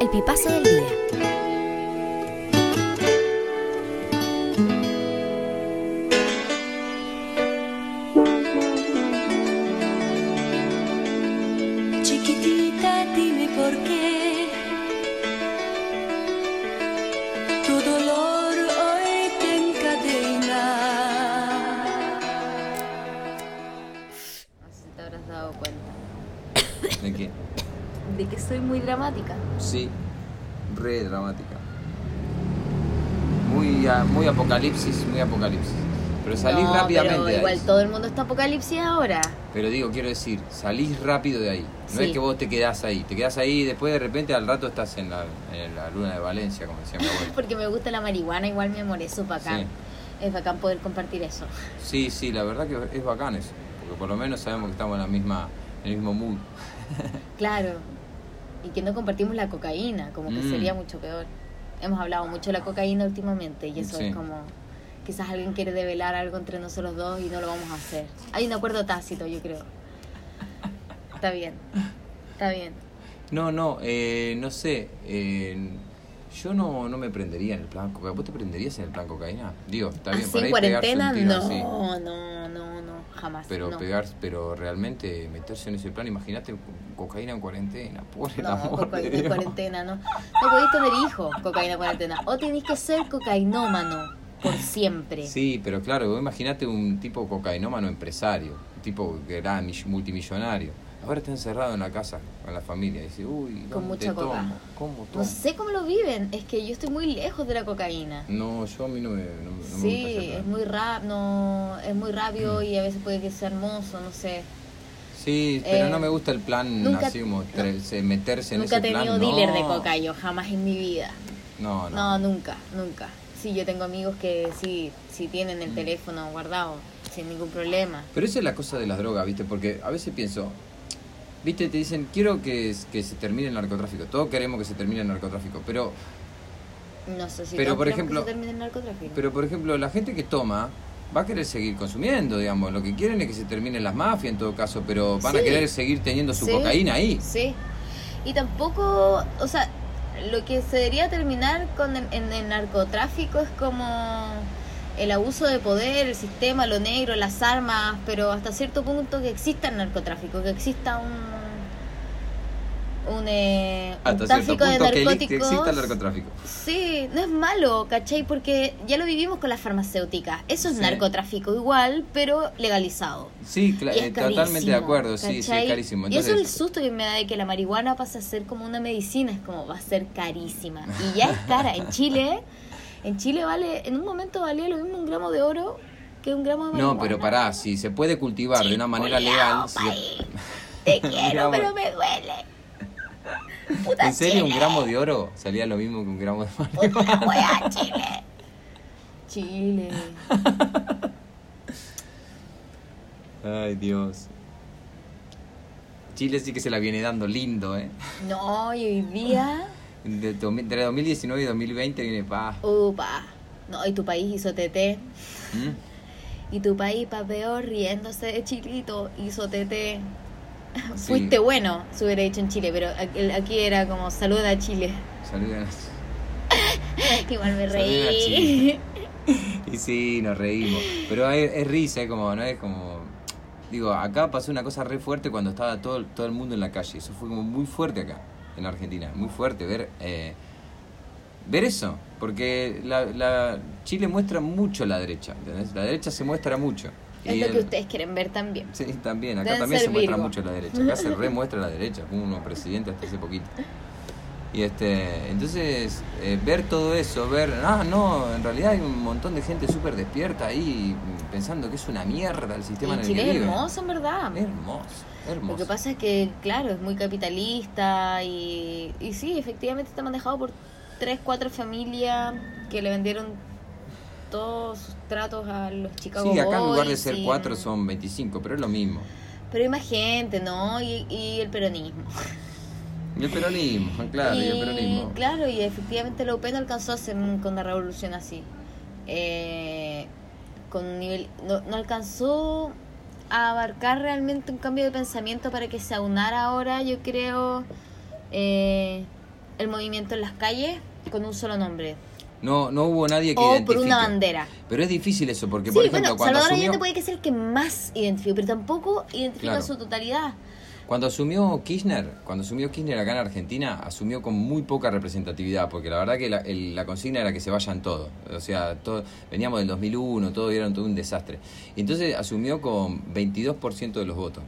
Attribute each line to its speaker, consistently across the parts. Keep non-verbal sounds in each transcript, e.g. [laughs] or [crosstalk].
Speaker 1: El pipazo del día.
Speaker 2: Chiquitita, dime por qué tu dolor hoy te encadena.
Speaker 3: No sé si te habrás dado cuenta
Speaker 4: ¿De qué?
Speaker 3: de que soy muy dramática.
Speaker 4: Sí, re dramática. Muy, a- muy apocalipsis, muy apocalipsis. Pero salís
Speaker 3: No,
Speaker 4: rápidamente
Speaker 3: Pero
Speaker 4: de
Speaker 3: igual
Speaker 4: ahí.
Speaker 3: todo el mundo está apocalipsis ahora.
Speaker 4: Pero digo, quiero decir, salís rápido de ahí. No
Speaker 3: Sí.
Speaker 4: es que vos te quedás ahí. Te quedás ahí y después de repente al rato estás en la, en la luna de Valencia, como decía
Speaker 3: [laughs]
Speaker 4: mi abuelo.
Speaker 3: Porque me gusta la marihuana, igual mi amor, es súper bacán.
Speaker 4: Sí.
Speaker 3: Es bacán poder compartir eso. [laughs]
Speaker 4: Sí, sí, la verdad que es bacán eso. Porque por lo menos sabemos que estamos en la misma, en el mismo mood.
Speaker 3: Claro. Y que no compartimos la cocaína, como que
Speaker 4: Mm.
Speaker 3: sería mucho peor. Hemos hablado mucho de la cocaína últimamente y eso
Speaker 4: Sí.
Speaker 3: es como... Quizás alguien quiere develar algo entre nosotros dos y no lo vamos a hacer. Hay un acuerdo tácito, yo
Speaker 4: [laughs]
Speaker 3: creo. Está bien. Está bien.
Speaker 4: No, no, eh, no sé. eh, yo no, no me prendería en el plan cocaína. ¿Vos te prenderías en el plan cocaína? Digo, está bien,
Speaker 3: Así
Speaker 4: por
Speaker 3: en ¿Ah,
Speaker 4: ahí
Speaker 3: cuarentena,
Speaker 4: pegarse un tiro
Speaker 3: no,
Speaker 4: así.
Speaker 3: no, no, no, jamás.
Speaker 4: Pero
Speaker 3: no.
Speaker 4: pegar, pero realmente meterse en ese plan, imagínate co- cocaína en cuarentena, [laughs] por el
Speaker 3: No,
Speaker 4: amor de
Speaker 3: cocaína
Speaker 4: Dios.
Speaker 3: en cuarentena, no. No podéis tener hijos, cocaína en cuarentena. O tenéis que ser cocainómano por siempre.
Speaker 4: Sí, pero claro, vos imaginate un tipo cocainómano empresario, un tipo que era mi- multimillonario. Ahora está encerrado en la casa con la familia. Dice, uy,
Speaker 3: Con
Speaker 4: ¿dónde
Speaker 3: mucha coca.
Speaker 4: tomo? ¿Cómo
Speaker 3: No
Speaker 4: tomo?
Speaker 3: sé cómo lo viven, es que yo estoy muy lejos de la cocaína.
Speaker 4: No, yo a mí no me, no, me- no me gusta Mm. ese
Speaker 3: sí,
Speaker 4: plan.
Speaker 3: es muy rap, no, es muy rápido y a veces puede que sea hermoso, no sé.
Speaker 4: Sí, pero
Speaker 3: eh,
Speaker 4: no me gusta el plan
Speaker 3: nunca-
Speaker 4: así como tre- se- meterse en ese
Speaker 3: nunca he
Speaker 4: plan.
Speaker 3: tenido
Speaker 4: no.
Speaker 3: dealer de coca yo, jamás en mi vida.
Speaker 4: No, no.
Speaker 3: No, nunca, nunca. Sí, yo tengo amigos que sí, sí tienen
Speaker 4: Mm.
Speaker 3: el teléfono guardado, sin ningún problema.
Speaker 4: Pero esa es la cosa de las drogas, ¿viste? Porque a veces pienso, ¿viste? Te dicen, quiero que, que se termine el narcotráfico. Todos queremos que se termine el narcotráfico. Pero,
Speaker 3: No sé si
Speaker 4: Pero,
Speaker 3: todos
Speaker 4: por
Speaker 3: queremos
Speaker 4: ejemplo-
Speaker 3: que se termine el narcotráfico.
Speaker 4: pero por ejemplo, la gente que toma va a querer seguir consumiendo, digamos. Lo que quieren es que se terminen las mafias en todo caso, pero van a
Speaker 3: Sí.
Speaker 4: querer seguir teniendo su
Speaker 3: Sí.
Speaker 4: cocaína ahí.
Speaker 3: Sí. Y tampoco, o sea, lo que se debería terminar con el, en el narcotráfico es como el abuso de poder, el sistema, lo negro, las armas, pero hasta cierto punto que exista el narcotráfico, que exista un un, eh, un
Speaker 4: Hasta cierto
Speaker 3: tráfico de
Speaker 4: punto que,
Speaker 3: narcóticos.
Speaker 4: el- que exista el narcotráfico.
Speaker 3: Sí, no es malo, ¿cachai? Porque ya lo vivimos con las farmacéuticas. Eso es
Speaker 4: Sí.
Speaker 3: narcotráfico igual, pero legalizado.
Speaker 4: Sí, cla-
Speaker 3: Y es
Speaker 4: eh, totalmente
Speaker 3: carísimo,
Speaker 4: de acuerdo, sí, sí,
Speaker 3: ¿cachai?
Speaker 4: es carísimo.
Speaker 3: y
Speaker 4: Entonces,
Speaker 3: eso es el susto que me da de que la marihuana pase a ser como una medicina, es como va a ser carísima. Y ya es cara. En Chile, en Chile vale, en un momento valía lo mismo un gramo de oro que un gramo de marihuana.
Speaker 4: no, pero pará, si se puede cultivar de una manera legal... si se- [laughs]
Speaker 3: Te quiero,
Speaker 4: Gramo.
Speaker 3: pero me duele. Puta
Speaker 4: ¿En serio un
Speaker 3: Chile,
Speaker 4: gramo de oro salía lo mismo que un gramo de mar?
Speaker 3: puta
Speaker 4: [laughs]
Speaker 3: la wea, Chile. Chile.
Speaker 4: Ay, Dios. Chile sí que se la viene dando lindo, ¿eh?
Speaker 3: No, y hoy día.
Speaker 4: De dos mil- entre 2019 y 2020 viene pa.
Speaker 3: Upa. No, y tu país hizo TT.
Speaker 4: ¿Mm?
Speaker 3: Y tu país, pa' peor, riéndose de Chilito, hizo TT.
Speaker 4: Sí.
Speaker 3: Fuiste bueno, se hubiera dicho en Chile, pero aquel- aquí era como saluda a
Speaker 4: [laughs]
Speaker 3: Chile.
Speaker 4: Saludos.
Speaker 3: Igual me
Speaker 4: Saluda a
Speaker 3: reí.
Speaker 4: Chile. Y sí, nos reímos. Pero es, es risa, es como, ¿no? Es como. Digo, acá pasó una cosa re fuerte cuando estaba todo, todo el mundo en la calle. Eso fue como muy fuerte acá, en Argentina. Muy fuerte ver. eh, ver eso. Porque la, la- Chile muestra mucho la derecha. ¿entendés? La derecha se muestra mucho.
Speaker 3: [laughs] Es
Speaker 4: Y
Speaker 3: lo que
Speaker 4: el-
Speaker 3: ustedes quieren ver también.
Speaker 4: Sí, también. Acá
Speaker 3: Deben
Speaker 4: también
Speaker 3: ser
Speaker 4: se muestra
Speaker 3: Virgo.
Speaker 4: mucho la derecha.
Speaker 3: [laughs]
Speaker 4: Acá se remuestra la derecha. Hubo unos presidentes hasta hace poquito. Y este, entonces, eh, ver todo eso, ver, ah, no, en realidad hay un montón de gente súper despierta ahí mm, pensando que es una mierda el sistema en
Speaker 3: Y
Speaker 4: el
Speaker 3: Chile
Speaker 4: que
Speaker 3: es
Speaker 4: viven.
Speaker 3: hermoso, en verdad.
Speaker 4: Hermoso, hermoso.
Speaker 3: Lo que pasa es que, claro, es muy capitalista y, y sí, efectivamente está manejado por tres, cuatro familias que le vendieron todos sus tratos a los Chicago
Speaker 4: sí, acá en lugar de
Speaker 3: Boys
Speaker 4: ser
Speaker 3: y-
Speaker 4: cuatro son 25, pero es lo mismo.
Speaker 3: Pero hay más gente, ¿no? Y, y el peronismo.
Speaker 4: Y el peronismo, claro, y, el peronismo.
Speaker 3: claro, y efectivamente la UP no alcanzó a hacer un- con la revolución así. Eh, con un nivel, no, no alcanzó a abarcar realmente un cambio de pensamiento para que se aunara ahora, yo creo, eh, el movimiento en las calles con un solo nombre.
Speaker 4: No, no hubo nadie que
Speaker 3: O por
Speaker 4: identifique.
Speaker 3: una bandera.
Speaker 4: Pero es difícil eso, porque
Speaker 3: Sí,
Speaker 4: por ejemplo,
Speaker 3: bueno,
Speaker 4: cuando,
Speaker 3: Salvador Allende
Speaker 4: asumió,
Speaker 3: puede que sea el que más identifica, pero tampoco identifica
Speaker 4: Claro.
Speaker 3: su totalidad.
Speaker 4: cuando asumió Kirchner, cuando asumió Kirchner acá en Argentina, asumió con muy poca representatividad, porque la verdad que la, el- la consigna era que se vayan todos. O sea, todo, veníamos del 2001, todo era todo un desastre. Y entonces asumió con 22% de los votos.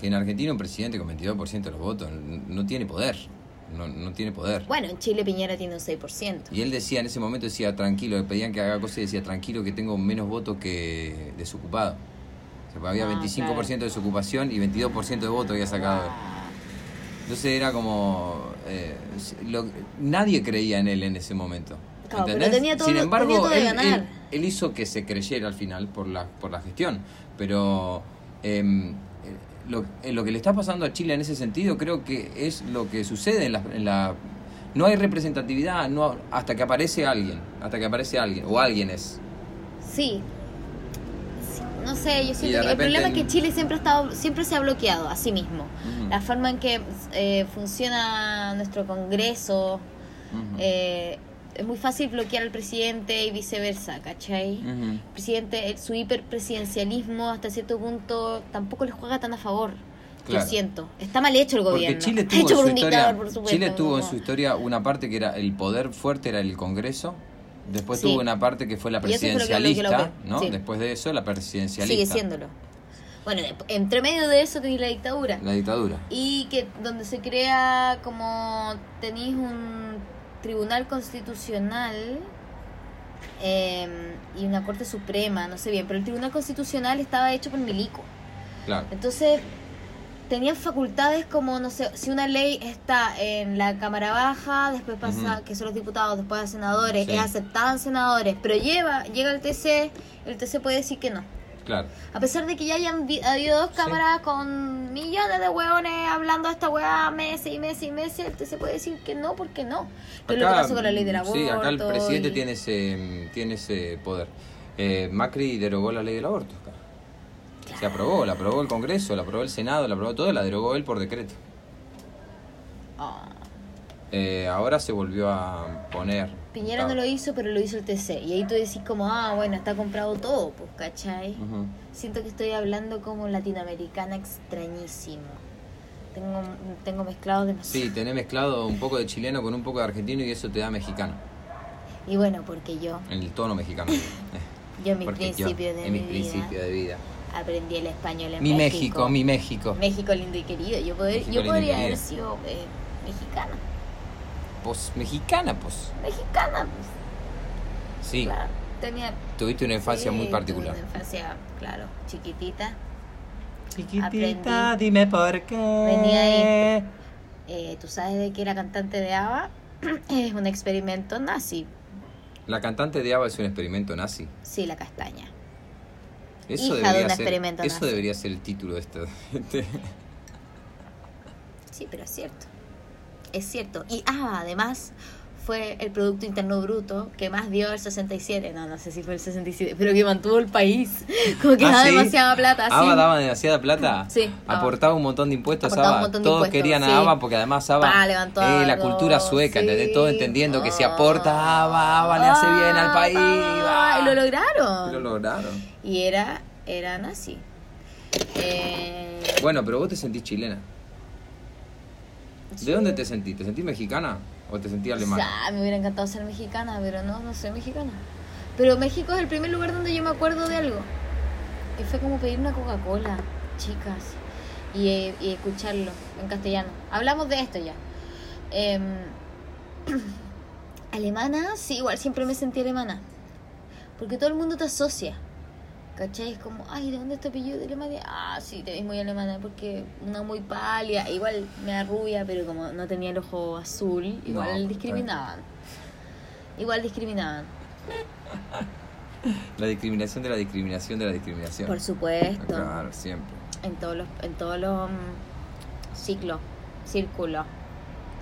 Speaker 4: Que en Argentina un presidente con 22% de los votos n- no tiene poder. No, no tiene poder.
Speaker 3: Bueno, en Chile Piñera tiene un 6%.
Speaker 4: Y él decía, en ese momento decía, tranquilo, le pedían que haga cosas y decía, tranquilo, que tengo menos votos que desocupado. O sea, pues había
Speaker 3: Ah,
Speaker 4: 25%
Speaker 3: claro.
Speaker 4: de desocupación y 22% de votos había sacado.
Speaker 3: Ah.
Speaker 4: Entonces era como... eh, lo- nadie creía en él en ese momento.
Speaker 3: Claro, pero
Speaker 4: ¿entendés?
Speaker 3: tenía todo-
Speaker 4: Sin
Speaker 3: tenía
Speaker 4: embargo,
Speaker 3: todo de
Speaker 4: él,
Speaker 3: ganar.
Speaker 4: él- él hizo que se creyera al final por la, por la gestión. Pero em, eh, lo, eh, lo que le está pasando a Chile en ese sentido creo que es lo que sucede en la... en la- no hay representatividad no, hasta que aparece alguien, hasta que aparece alguien, o alguien es.
Speaker 3: Sí. Sí, No sé, yo
Speaker 4: Y de
Speaker 3: siento que el
Speaker 4: repente
Speaker 3: problema es
Speaker 4: en-
Speaker 3: que Chile siempre ha estado, siempre se ha bloqueado a sí mismo.
Speaker 4: Ujú.
Speaker 3: La forma en que eh, funciona nuestro Congreso
Speaker 4: Ujú.
Speaker 3: eh, es muy fácil bloquear al presidente y viceversa, ¿cachai?
Speaker 4: Ujú.
Speaker 3: El presidente, el- su hiperpresidencialismo hasta cierto punto tampoco le juega tan a favor.
Speaker 4: Claro.
Speaker 3: Lo siento. Está mal hecho el gobierno.
Speaker 4: Porque
Speaker 3: [laughs]
Speaker 4: Chile
Speaker 3: Está
Speaker 4: tuvo,
Speaker 3: hecho
Speaker 4: en
Speaker 3: por
Speaker 4: su,
Speaker 3: un dictador,
Speaker 4: historia,
Speaker 3: por supuesto.
Speaker 4: Chile tuvo en
Speaker 3: como-
Speaker 4: su historia una parte que era el poder fuerte, era el Congreso. Después
Speaker 3: Sí.
Speaker 4: tuvo una parte que fue la
Speaker 3: Y eso fue lo que habló que lo
Speaker 4: presidencialista,
Speaker 3: que-
Speaker 4: ¿no?
Speaker 3: sí.
Speaker 4: Después de eso, la presidencialista.
Speaker 3: Sigue siéndolo. Bueno, de- entre medio de eso tenéis la dictadura.
Speaker 4: La dictadura.
Speaker 3: Y que donde se crea como tenéis un tribunal constitucional eh, y una corte suprema, no sé bien, pero el tribunal constitucional estaba hecho por milico.
Speaker 4: Claro.
Speaker 3: Entonces tenían facultades como, no sé, si una ley está en la Cámara Baja, después pasa,
Speaker 4: Ujú.
Speaker 3: que son los diputados, después a senadores,
Speaker 4: Sí.
Speaker 3: es aceptada en senadores, pero lleva, llega el TC, el TC puede decir que no.
Speaker 4: Claro.
Speaker 3: A pesar de que ya hayan vi- habido dos
Speaker 4: Sí.
Speaker 3: cámaras con millones de hueones hablando a esta hueá meses y meses y meses, el TC puede decir que no, porque no. Que es lo que
Speaker 4: Acá, mm,
Speaker 3: pasó con la ley del aborto.
Speaker 4: Sí, acá el presidente
Speaker 3: y-
Speaker 4: tiene, ese, mm, tiene ese poder. Eh, Macri derogó la ley del aborto. acá. Se aprobó, la aprobó el Congreso, la aprobó el Senado, la aprobó todo, la derogó él por decreto.
Speaker 3: Ah.
Speaker 4: Eh, ahora se volvió a poner.
Speaker 3: Piñera no lo hizo, pero lo hizo el TC. Y ahí tú decís como, ah, bueno, está comprado todo, pues, ¿cachai?
Speaker 4: Ujú.
Speaker 3: Siento que estoy hablando como latinoamericana extrañísimo. Tengo, tengo mezclado demasiado.
Speaker 4: Sí, tenés mezclado un poco de chileno con un poco de argentino y eso te da mexicano,
Speaker 3: Y bueno, porque yo,
Speaker 4: el
Speaker 3: [laughs]
Speaker 4: tono mexicano. Eh,
Speaker 3: yo en mis
Speaker 4: Porque yo,
Speaker 3: principios de
Speaker 4: en
Speaker 3: mi
Speaker 4: mis principios
Speaker 3: vida
Speaker 4: de vida.
Speaker 3: aprendí el español en
Speaker 4: Mi México, mi México.
Speaker 3: México lindo y querido. Yo, poder-
Speaker 4: México
Speaker 3: yo
Speaker 4: lindo y
Speaker 3: podría
Speaker 4: querido.
Speaker 3: haber sido eh, mexicana.
Speaker 4: Pues mexicana, pues.
Speaker 3: Mexicana, pues,
Speaker 4: Sí,
Speaker 3: claro. Tenía
Speaker 4: tuviste una infancia
Speaker 3: sí,
Speaker 4: muy particular.
Speaker 3: tuve Una infancia, claro, chiquitita.
Speaker 4: Chiquitita,
Speaker 3: Aprendí.
Speaker 4: dime por qué.
Speaker 3: Venía Eh, Tú sabes de que la cantante de ABBA [clears throat] es un experimento nazi.
Speaker 4: La cantante de Ava es un experimento nazi.
Speaker 3: Sí, la castaña. Hija
Speaker 4: Eso
Speaker 3: de
Speaker 4: debería
Speaker 3: un
Speaker 4: ser,
Speaker 3: experimento
Speaker 4: Eso
Speaker 3: nazi.
Speaker 4: debería ser el título de este. este-
Speaker 3: Sí, pero es cierto. Es cierto. Y ABBA, además, fue el Producto Interno Bruto que más dio el 67. No, no sé si fue el 67, pero que mantuvo el país. [laughs] Como que
Speaker 4: Ah,
Speaker 3: daba
Speaker 4: ¿sí?
Speaker 3: demasiada plata.
Speaker 4: Ava
Speaker 3: sí.
Speaker 4: daba demasiada plata.
Speaker 3: Sí, Ava.
Speaker 4: Aportaba un montón de impuestos
Speaker 3: Aportaba un
Speaker 4: Ava.
Speaker 3: montón de
Speaker 4: Todos
Speaker 3: impuestos,
Speaker 4: querían
Speaker 3: sí.
Speaker 4: a Ava porque además Ava.
Speaker 3: Pa, levantó
Speaker 4: eh, la
Speaker 3: algo,
Speaker 4: cultura sueca, ¿entendés?
Speaker 3: sí.
Speaker 4: Todo entendiendo que si aporta
Speaker 3: Ah,
Speaker 4: Ava, Ava le hace bien al
Speaker 3: ah,
Speaker 4: país.
Speaker 3: ah,
Speaker 4: va.
Speaker 3: Y lo lograron.
Speaker 4: Lo lograron.
Speaker 3: Y era, era nazi. Eh,
Speaker 4: Bueno, pero vos te sentís chilena. ¿De dónde te sentís? ¿Te sentís mexicana o te sentís
Speaker 3: o
Speaker 4: alemana?
Speaker 3: sea, me hubiera encantado ser mexicana, pero no, no soy mexicana. Pero México es el primer lugar donde yo me acuerdo de algo. Que fue como pedir una Coca-Cola, chicas, y, eh, y escucharlo en castellano. Hablamos de esto ya. Em, [clears throat] alemana, sí, igual siempre me sentí alemana. Porque todo el mundo te asocia. ¿Cachai? Es como, ay, ¿de dónde es tu apellido de Alemania? Ah, sí, te ves muy alemana porque una muy pálida, igual me da rubia, pero como no tenía el ojo azul, igual
Speaker 4: claro.
Speaker 3: discriminaban. Igual discriminaban.
Speaker 4: La discriminación de la discriminación de la discriminación. Ah,
Speaker 3: Por supuesto.
Speaker 4: Claro, siempre.
Speaker 3: En todos los, en todos los mm, ciclos, círculos.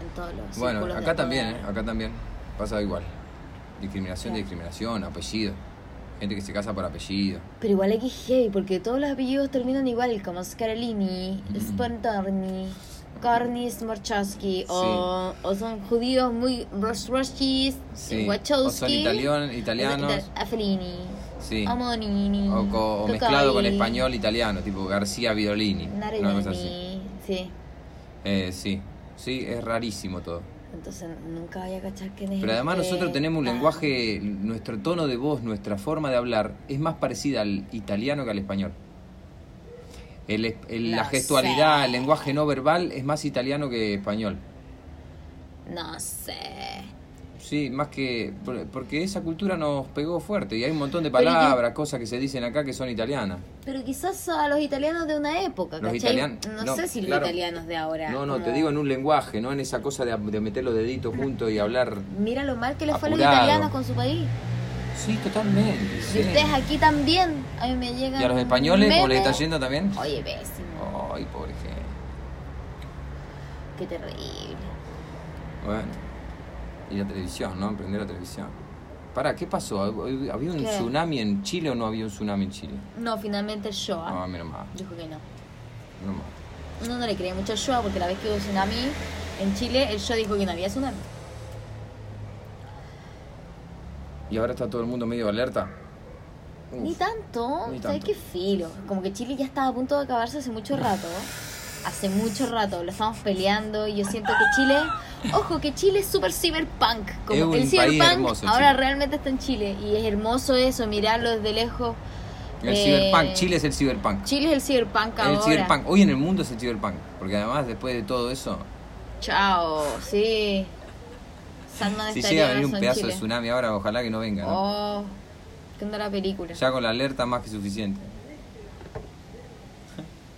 Speaker 3: En todos los
Speaker 4: Bueno,
Speaker 3: círculos de
Speaker 4: acá también,
Speaker 3: poder.
Speaker 4: ¿eh? Acá también pasa igual. Discriminación de
Speaker 3: Claro.
Speaker 4: discriminación, apellido. Gente que se casa por apellido.
Speaker 3: Pero igual aquí es heavy, porque todos los apellidos terminan igual, como Scarolini,
Speaker 4: Mm.
Speaker 3: Spontorni, Cornish Morchowski o, o son judíos muy Brostrowskis,
Speaker 4: Sí,
Speaker 3: Wachowski,
Speaker 4: o son italian- italianos.
Speaker 3: de- de- Fellini,
Speaker 4: Sí.
Speaker 3: o Monini,
Speaker 4: O, co- o mezclado con
Speaker 3: Coccoli,
Speaker 4: español italiano, tipo García Vidolini. Una cosa así.
Speaker 3: Nardini, sí.
Speaker 4: Eh, sí, sí, es rarísimo todo.
Speaker 3: Entonces nunca vaya a cachar quién es.
Speaker 4: Pero además
Speaker 3: este.
Speaker 4: nosotros tenemos un
Speaker 3: Ah.
Speaker 4: lenguaje, nuestro tono de voz, nuestra forma de hablar es más parecida al italiano que al español. El es- el- la
Speaker 3: No
Speaker 4: gestualidad,
Speaker 3: sé.
Speaker 4: el lenguaje no verbal es más italiano que español.
Speaker 3: No sé.
Speaker 4: Sí, más que por- porque esa cultura nos pegó fuerte y hay un montón de
Speaker 3: Pero yo-
Speaker 4: palabras, cosas que se dicen acá que son italianas.
Speaker 3: Pero quizás a los italianos de una época,
Speaker 4: Los
Speaker 3: ¿cachai?
Speaker 4: italianos-
Speaker 3: No,
Speaker 4: no,
Speaker 3: sé si
Speaker 4: claro.
Speaker 3: los italianos de ahora.
Speaker 4: No, no, te
Speaker 3: como-
Speaker 4: digo en un lenguaje, no en esa cosa de, de meter los deditos juntos y hablar.
Speaker 3: Mira lo mal que les fue a los
Speaker 4: Apurado.
Speaker 3: italianos con su país.
Speaker 4: Sí, totalmente. sí.
Speaker 3: Y ustedes aquí también. A mí me llegan.
Speaker 4: ¿Y a los españoles o les
Speaker 3: memes.
Speaker 4: está Oh. yendo también?
Speaker 3: Oye, pésimo.
Speaker 4: Ay, pobre gente.
Speaker 3: Qué terrible.
Speaker 4: Bueno. Y la televisión, ¿no? Emprender la televisión. Pará, ¿qué pasó? ¿Había un
Speaker 3: ¿Qué?
Speaker 4: tsunami en Chile o no había un tsunami en Chile?
Speaker 3: No, finalmente el Shoah
Speaker 4: No, menos mal.
Speaker 3: dijo que no.
Speaker 4: menos mal.
Speaker 3: Uno no le creía mucho al Shoah porque la vez que hubo tsunami en Chile, el Shoah dijo que no había tsunami.
Speaker 4: ¿Y ahora está todo el mundo medio alerta? Uf.
Speaker 3: Ni tanto,
Speaker 4: ni
Speaker 3: ¿sabes
Speaker 4: tanto.
Speaker 3: qué filo? Como que Chile ya estaba a punto de acabarse hace mucho rato. Hace mucho rato, lo estamos peleando y yo siento que Chile, ojo que Chile es súper cyberpunk,
Speaker 4: Es
Speaker 3: como
Speaker 4: un
Speaker 3: que el
Speaker 4: país
Speaker 3: cyberpunk
Speaker 4: hermoso,
Speaker 3: ahora
Speaker 4: Chile.
Speaker 3: realmente está en Chile y es hermoso eso, mirarlo desde lejos.
Speaker 4: El
Speaker 3: Eh,
Speaker 4: ciberpunk, Chile es el ciberpunk.
Speaker 3: Chile es el cyberpunk ahora.
Speaker 4: el ciberpunk, hoy en el mundo es el ciberpunk, porque además después de todo eso,
Speaker 3: Chao, sí. Sandman
Speaker 4: si
Speaker 3: estaría
Speaker 4: llega a venir un
Speaker 3: en
Speaker 4: pedazo
Speaker 3: Chile.
Speaker 4: de tsunami ahora, ojalá que no venga. ¿no?
Speaker 3: Oh, qué onda la película.
Speaker 4: Ya con la alerta más que suficiente.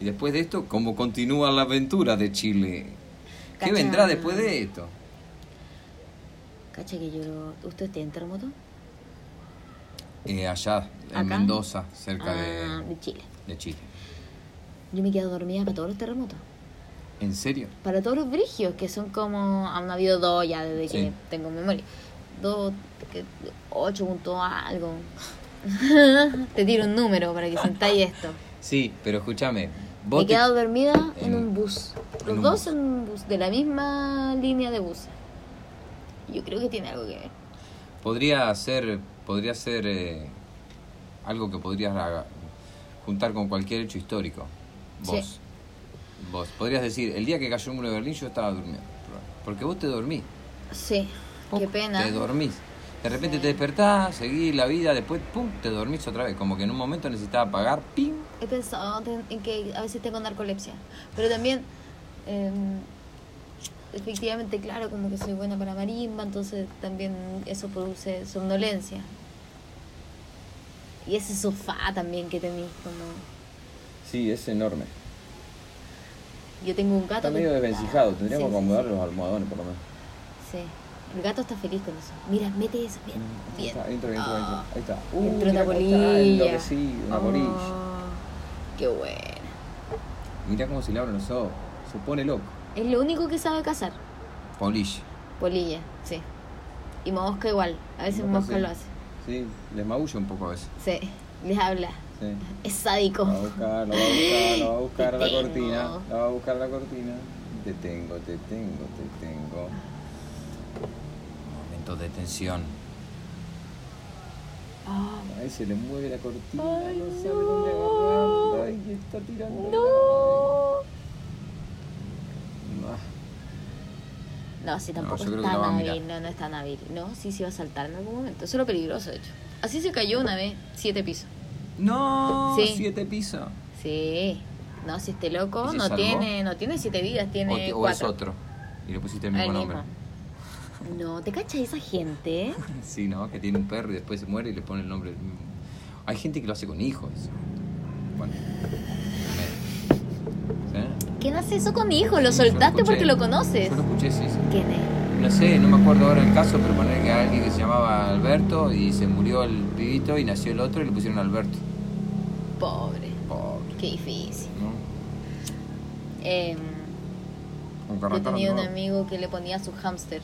Speaker 4: Y después de esto, ¿cómo continúa la aventura de Chile? ¿Qué
Speaker 3: Cachán.
Speaker 4: vendrá después de esto?
Speaker 3: Cacha que yo lo... ¿Usted está en terremoto?
Speaker 4: Eh, allá, en
Speaker 3: ¿Acá?
Speaker 4: Mendoza, cerca
Speaker 3: Ah,
Speaker 4: de,
Speaker 3: de Chile.
Speaker 4: de Chile.
Speaker 3: Yo me quedo dormida para todos los terremotos.
Speaker 4: ¿En serio?
Speaker 3: Para todos los brigios, que son como. Han habido dos ya desde que
Speaker 4: Sí.
Speaker 3: tengo memoria. Dos, que- ocho punto algo. [laughs] Te tiro un número para que sintáis esto.
Speaker 4: Sí, pero escúchame.
Speaker 3: Me
Speaker 4: [laughs] Vos
Speaker 3: he
Speaker 4: te-
Speaker 3: quedado dormida en
Speaker 4: en-
Speaker 3: un bus.
Speaker 4: en
Speaker 3: Los
Speaker 4: un
Speaker 3: dos
Speaker 4: bus.
Speaker 3: en un bus, de la misma línea de bus. Yo creo que tiene algo que ver.
Speaker 4: podría ser, podría ser eh, algo que podrías haga- juntar con cualquier hecho histórico. Vos.
Speaker 3: Sí.
Speaker 4: Vos. Podrías decir, el día que cayó el muro de Berlín yo estaba durmiendo. Porque vos te dormís.
Speaker 3: Sí,
Speaker 4: Pum,
Speaker 3: qué pena.
Speaker 4: Te dormís. De repente te despertás, seguís la vida, después, pum, te dormís otra vez. Como que en un momento necesitaba pagar, pim.
Speaker 3: He pensado en- en que a veces tengo narcolepsia, pero también, eh, efectivamente, claro, como que soy buena para marimba, entonces también eso produce somnolencia. Y ese sofá también que tenés, como...
Speaker 4: Sí, es enorme.
Speaker 3: Yo tengo un gato... que- Ah, Sí, sí,
Speaker 4: los almohadones por lo menos.
Speaker 3: Sí, Sí. el gato está feliz con eso. Mira, mete eso, bien, bien. Ah.
Speaker 4: está.
Speaker 3: Entró una bolilla. Oh, Qué bueno.
Speaker 4: Mirá cómo se le abren los ojos. Se pone loco.
Speaker 3: Es lo único que sabe cazar.
Speaker 4: Polish.
Speaker 3: Polilla, sí. Y mosca igual, a veces
Speaker 4: Mosca,
Speaker 3: mosca
Speaker 4: sí.
Speaker 3: lo hace.
Speaker 4: Sí, les maullo un poco a veces.
Speaker 3: Sí, les habla.
Speaker 4: Sí.
Speaker 3: Es sádico.
Speaker 4: La va a buscar, la va a buscar, la va a buscar a la
Speaker 3: Oh. [laughs] Te tengo.
Speaker 4: cortina. La va a buscar a la cortina. Te tengo, te tengo, te tengo. Momento de tensión.
Speaker 3: Ah,
Speaker 4: Ay, se le mueve la cortina.
Speaker 3: Ay,
Speaker 4: no sabe
Speaker 3: no.
Speaker 4: dónde agarrar. Ay, que está tirando.
Speaker 3: no.
Speaker 4: Ah,
Speaker 3: No, sí, tampoco
Speaker 4: yo creo que
Speaker 3: está
Speaker 4: la va a
Speaker 3: tan
Speaker 4: mirar.
Speaker 3: hábil. No, no está tan hábil. No, sí, sí va a saltar en algún momento. Eso es lo peligroso, de hecho. Así se cayó una vez, siete pisos.
Speaker 4: no,
Speaker 3: Sí.
Speaker 4: siete pisos.
Speaker 3: Sí. No, si este loco
Speaker 4: ¿Y se
Speaker 3: no
Speaker 4: salvó?
Speaker 3: tiene, no tiene siete vidas,
Speaker 4: O,
Speaker 3: tiene
Speaker 4: te- o es
Speaker 3: cuatro.
Speaker 4: otro. Y le pusiste el
Speaker 3: Al
Speaker 4: mismo
Speaker 3: mismo.
Speaker 4: nombre.
Speaker 3: No, ¿te cachas esa gente?
Speaker 4: Sí, ¿no? Que tiene un perro y después se muere y le pone el nombre. del mismo. Hay gente que lo hace con hijos. Bueno. Eh. ¿Sí?
Speaker 3: ¿Quién hace eso con hijos? Lo
Speaker 4: Yo
Speaker 3: soltaste porque
Speaker 4: escuché.
Speaker 3: lo conoces.
Speaker 4: Yo lo escuché, sí, sí.
Speaker 3: ¿Quién es?
Speaker 4: No sé, no me acuerdo ahora el caso, pero poner que alguien que se llamaba Alberto y se murió el pibito y nació el otro y le pusieron Alberto.
Speaker 3: Pobre.
Speaker 4: Pobre,
Speaker 3: Qué difícil.
Speaker 4: ¿no?
Speaker 3: Em,
Speaker 4: Un
Speaker 3: Yo
Speaker 4: carratarro
Speaker 3: tenía un
Speaker 4: nuevo.
Speaker 3: amigo que le ponía a su hámster.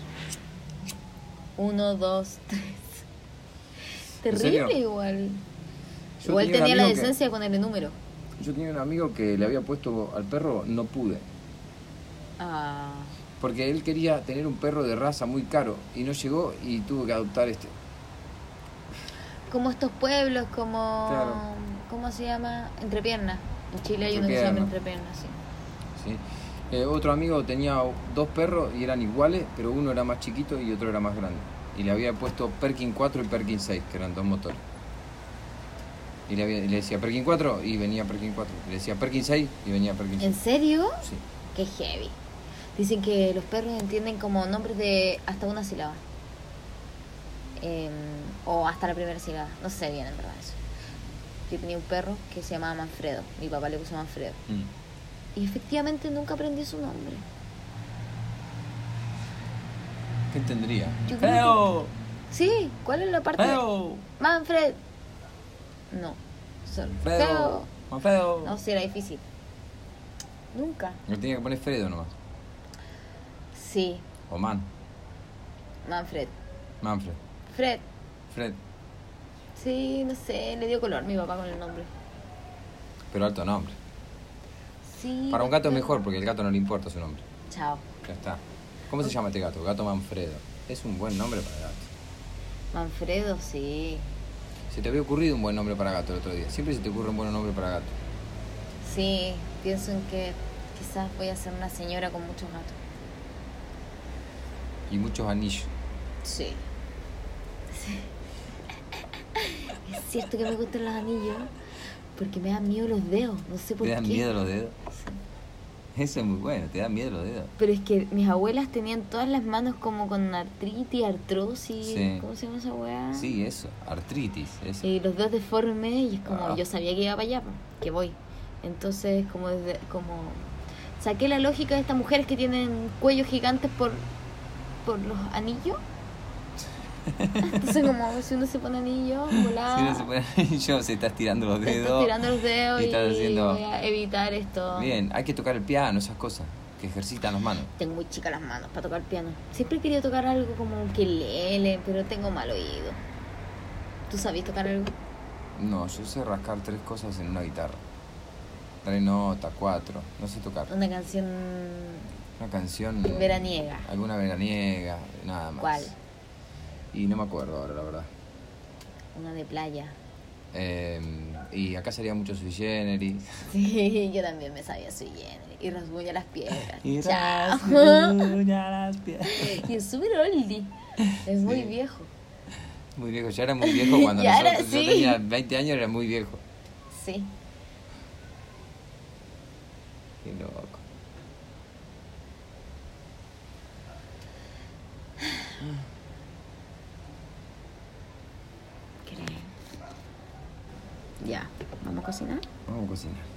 Speaker 3: Uno, dos, tres.
Speaker 4: ¿En
Speaker 3: Terrible
Speaker 4: serio?
Speaker 3: igual.
Speaker 4: Yo
Speaker 3: igual
Speaker 4: tenía un
Speaker 3: tenía la
Speaker 4: amigo que-
Speaker 3: decencia de ponerle número.
Speaker 4: Yo tenía un amigo que le había puesto al perro no pude.
Speaker 3: Ah,
Speaker 4: Porque él quería tener un perro de raza muy caro y no llegó y tuvo que adoptar este.
Speaker 3: como estos pueblos, como.
Speaker 4: Claro.
Speaker 3: ¿Cómo se llama? Entrepiernas. En Chile hay uno que se llama Entrepiernas, sí.
Speaker 4: ¿sí? Eh, otro amigo tenía dos perros y eran iguales, pero uno era más chiquito y otro era más grande. Y le había puesto Perkin 4 y Perkin 6, que eran dos motores. Y le, había- y le decía Perkin 4 y venía Perkin 4. Y le decía Perkin 6 y venía Perkin 6.
Speaker 3: ¿En serio?
Speaker 4: Sí.
Speaker 3: Qué heavy. Dicen que los perros entienden como nombres de hasta una sílaba. Em, o hasta la primera sílaba. No sé bien en verdad eso. Yo tenía un perro que se llamaba Manfredo. Mi papá le puso Manfredo.
Speaker 4: Mm.
Speaker 3: Y efectivamente nunca aprendí su nombre.
Speaker 4: ¿Qué tendría?
Speaker 3: Yo creo
Speaker 4: ¡Feo!
Speaker 3: Sí, ¿cuál es la parte?
Speaker 4: ¡Feo!
Speaker 3: Manfred. No. Solo.
Speaker 4: ¡Feo!
Speaker 3: Feo.
Speaker 4: ¡Feo!
Speaker 3: No, sí, era difícil. Nunca.
Speaker 4: Yo tenía que poner Fredo nomás.
Speaker 3: Sí,
Speaker 4: O Man.
Speaker 3: Manfred.
Speaker 4: Manfred.
Speaker 3: Fred.
Speaker 4: Fred.
Speaker 3: Sí, no sé, le dio color mi papá con el nombre.
Speaker 4: Pero alto nombre.
Speaker 3: Sí.
Speaker 4: Para un gato es mejor pues. porque el gato no le importa su nombre.
Speaker 3: Chao.
Speaker 4: Ya está. ¿Cómo se llama este gato? Gato Manfredo. Es un buen nombre para gato.
Speaker 3: Manfredo, sí.
Speaker 4: Se te había ocurrido un buen nombre para gato el otro día. Siempre se te ocurre un buen nombre para gato.
Speaker 3: Sí, pienso en que quizás voy a ser una señora con muchos gatos.
Speaker 4: Y muchos anillos.
Speaker 3: Sí. Sí. Es cierto que me gustan los anillos porque me dan miedo los dedos, no sé por
Speaker 4: ¿Te dan
Speaker 3: qué.
Speaker 4: miedo los dedos? [laughs]
Speaker 3: Sí.
Speaker 4: Eso es muy bueno, te dan miedo los dedos.
Speaker 3: Pero es que mis abuelas tenían todas las manos como con artritis, artrosis,
Speaker 4: Sí.
Speaker 3: ¿cómo se llama esa weá?
Speaker 4: Sí, eso. Artritis. Eso.
Speaker 3: Y los dedos deformes y es como,
Speaker 4: Ah.
Speaker 3: yo sabía que iba para allá, que voy. Entonces, como desde, como saqué la lógica de estas mujeres que tienen cuellos gigantes por, por los anillos. Entonces, como [laughs] si uno se pone anillo, volada,
Speaker 4: [laughs] Si no se pone [laughs] anillo, se estás tirando los
Speaker 3: te estás
Speaker 4: dedos.
Speaker 3: tirando los dedos
Speaker 4: y
Speaker 3: y,
Speaker 4: estás haciendo-
Speaker 3: voy a evitar esto.
Speaker 4: Bien, hay que tocar el piano, esas cosas. Que ejercitan las manos.
Speaker 3: Tengo muy chicas las manos para tocar piano. Siempre he querido tocar algo como un quelele, pero tengo mal oído. ¿Tú sabías tocar algo?
Speaker 4: No, yo sé rascar tres cosas en una guitarra. Tres notas, cuatro. No sé tocar.
Speaker 3: Una canción
Speaker 4: Una canción.
Speaker 3: veraniega.
Speaker 4: Alguna veraniega, nada más.
Speaker 3: ¿Cuál?
Speaker 4: Y no me acuerdo ahora, la verdad.
Speaker 3: Una de playa.
Speaker 4: Eh, y acá sería mucho sui generis.
Speaker 3: Sí, yo también me sabía su generis. Y rasguña las piedras. Chao. [laughs] Y el Super Oldie. Es muy viejo.
Speaker 4: Muy viejo, ya era muy viejo cuando
Speaker 3: Ya era,
Speaker 4: nosotros-
Speaker 3: sí.
Speaker 4: yo tenía 20 años, era muy viejo.
Speaker 3: Sí.
Speaker 4: Qué loco.
Speaker 3: Creo. Ya. ¿Vamos a cocinar?
Speaker 4: Vamos a cocinar.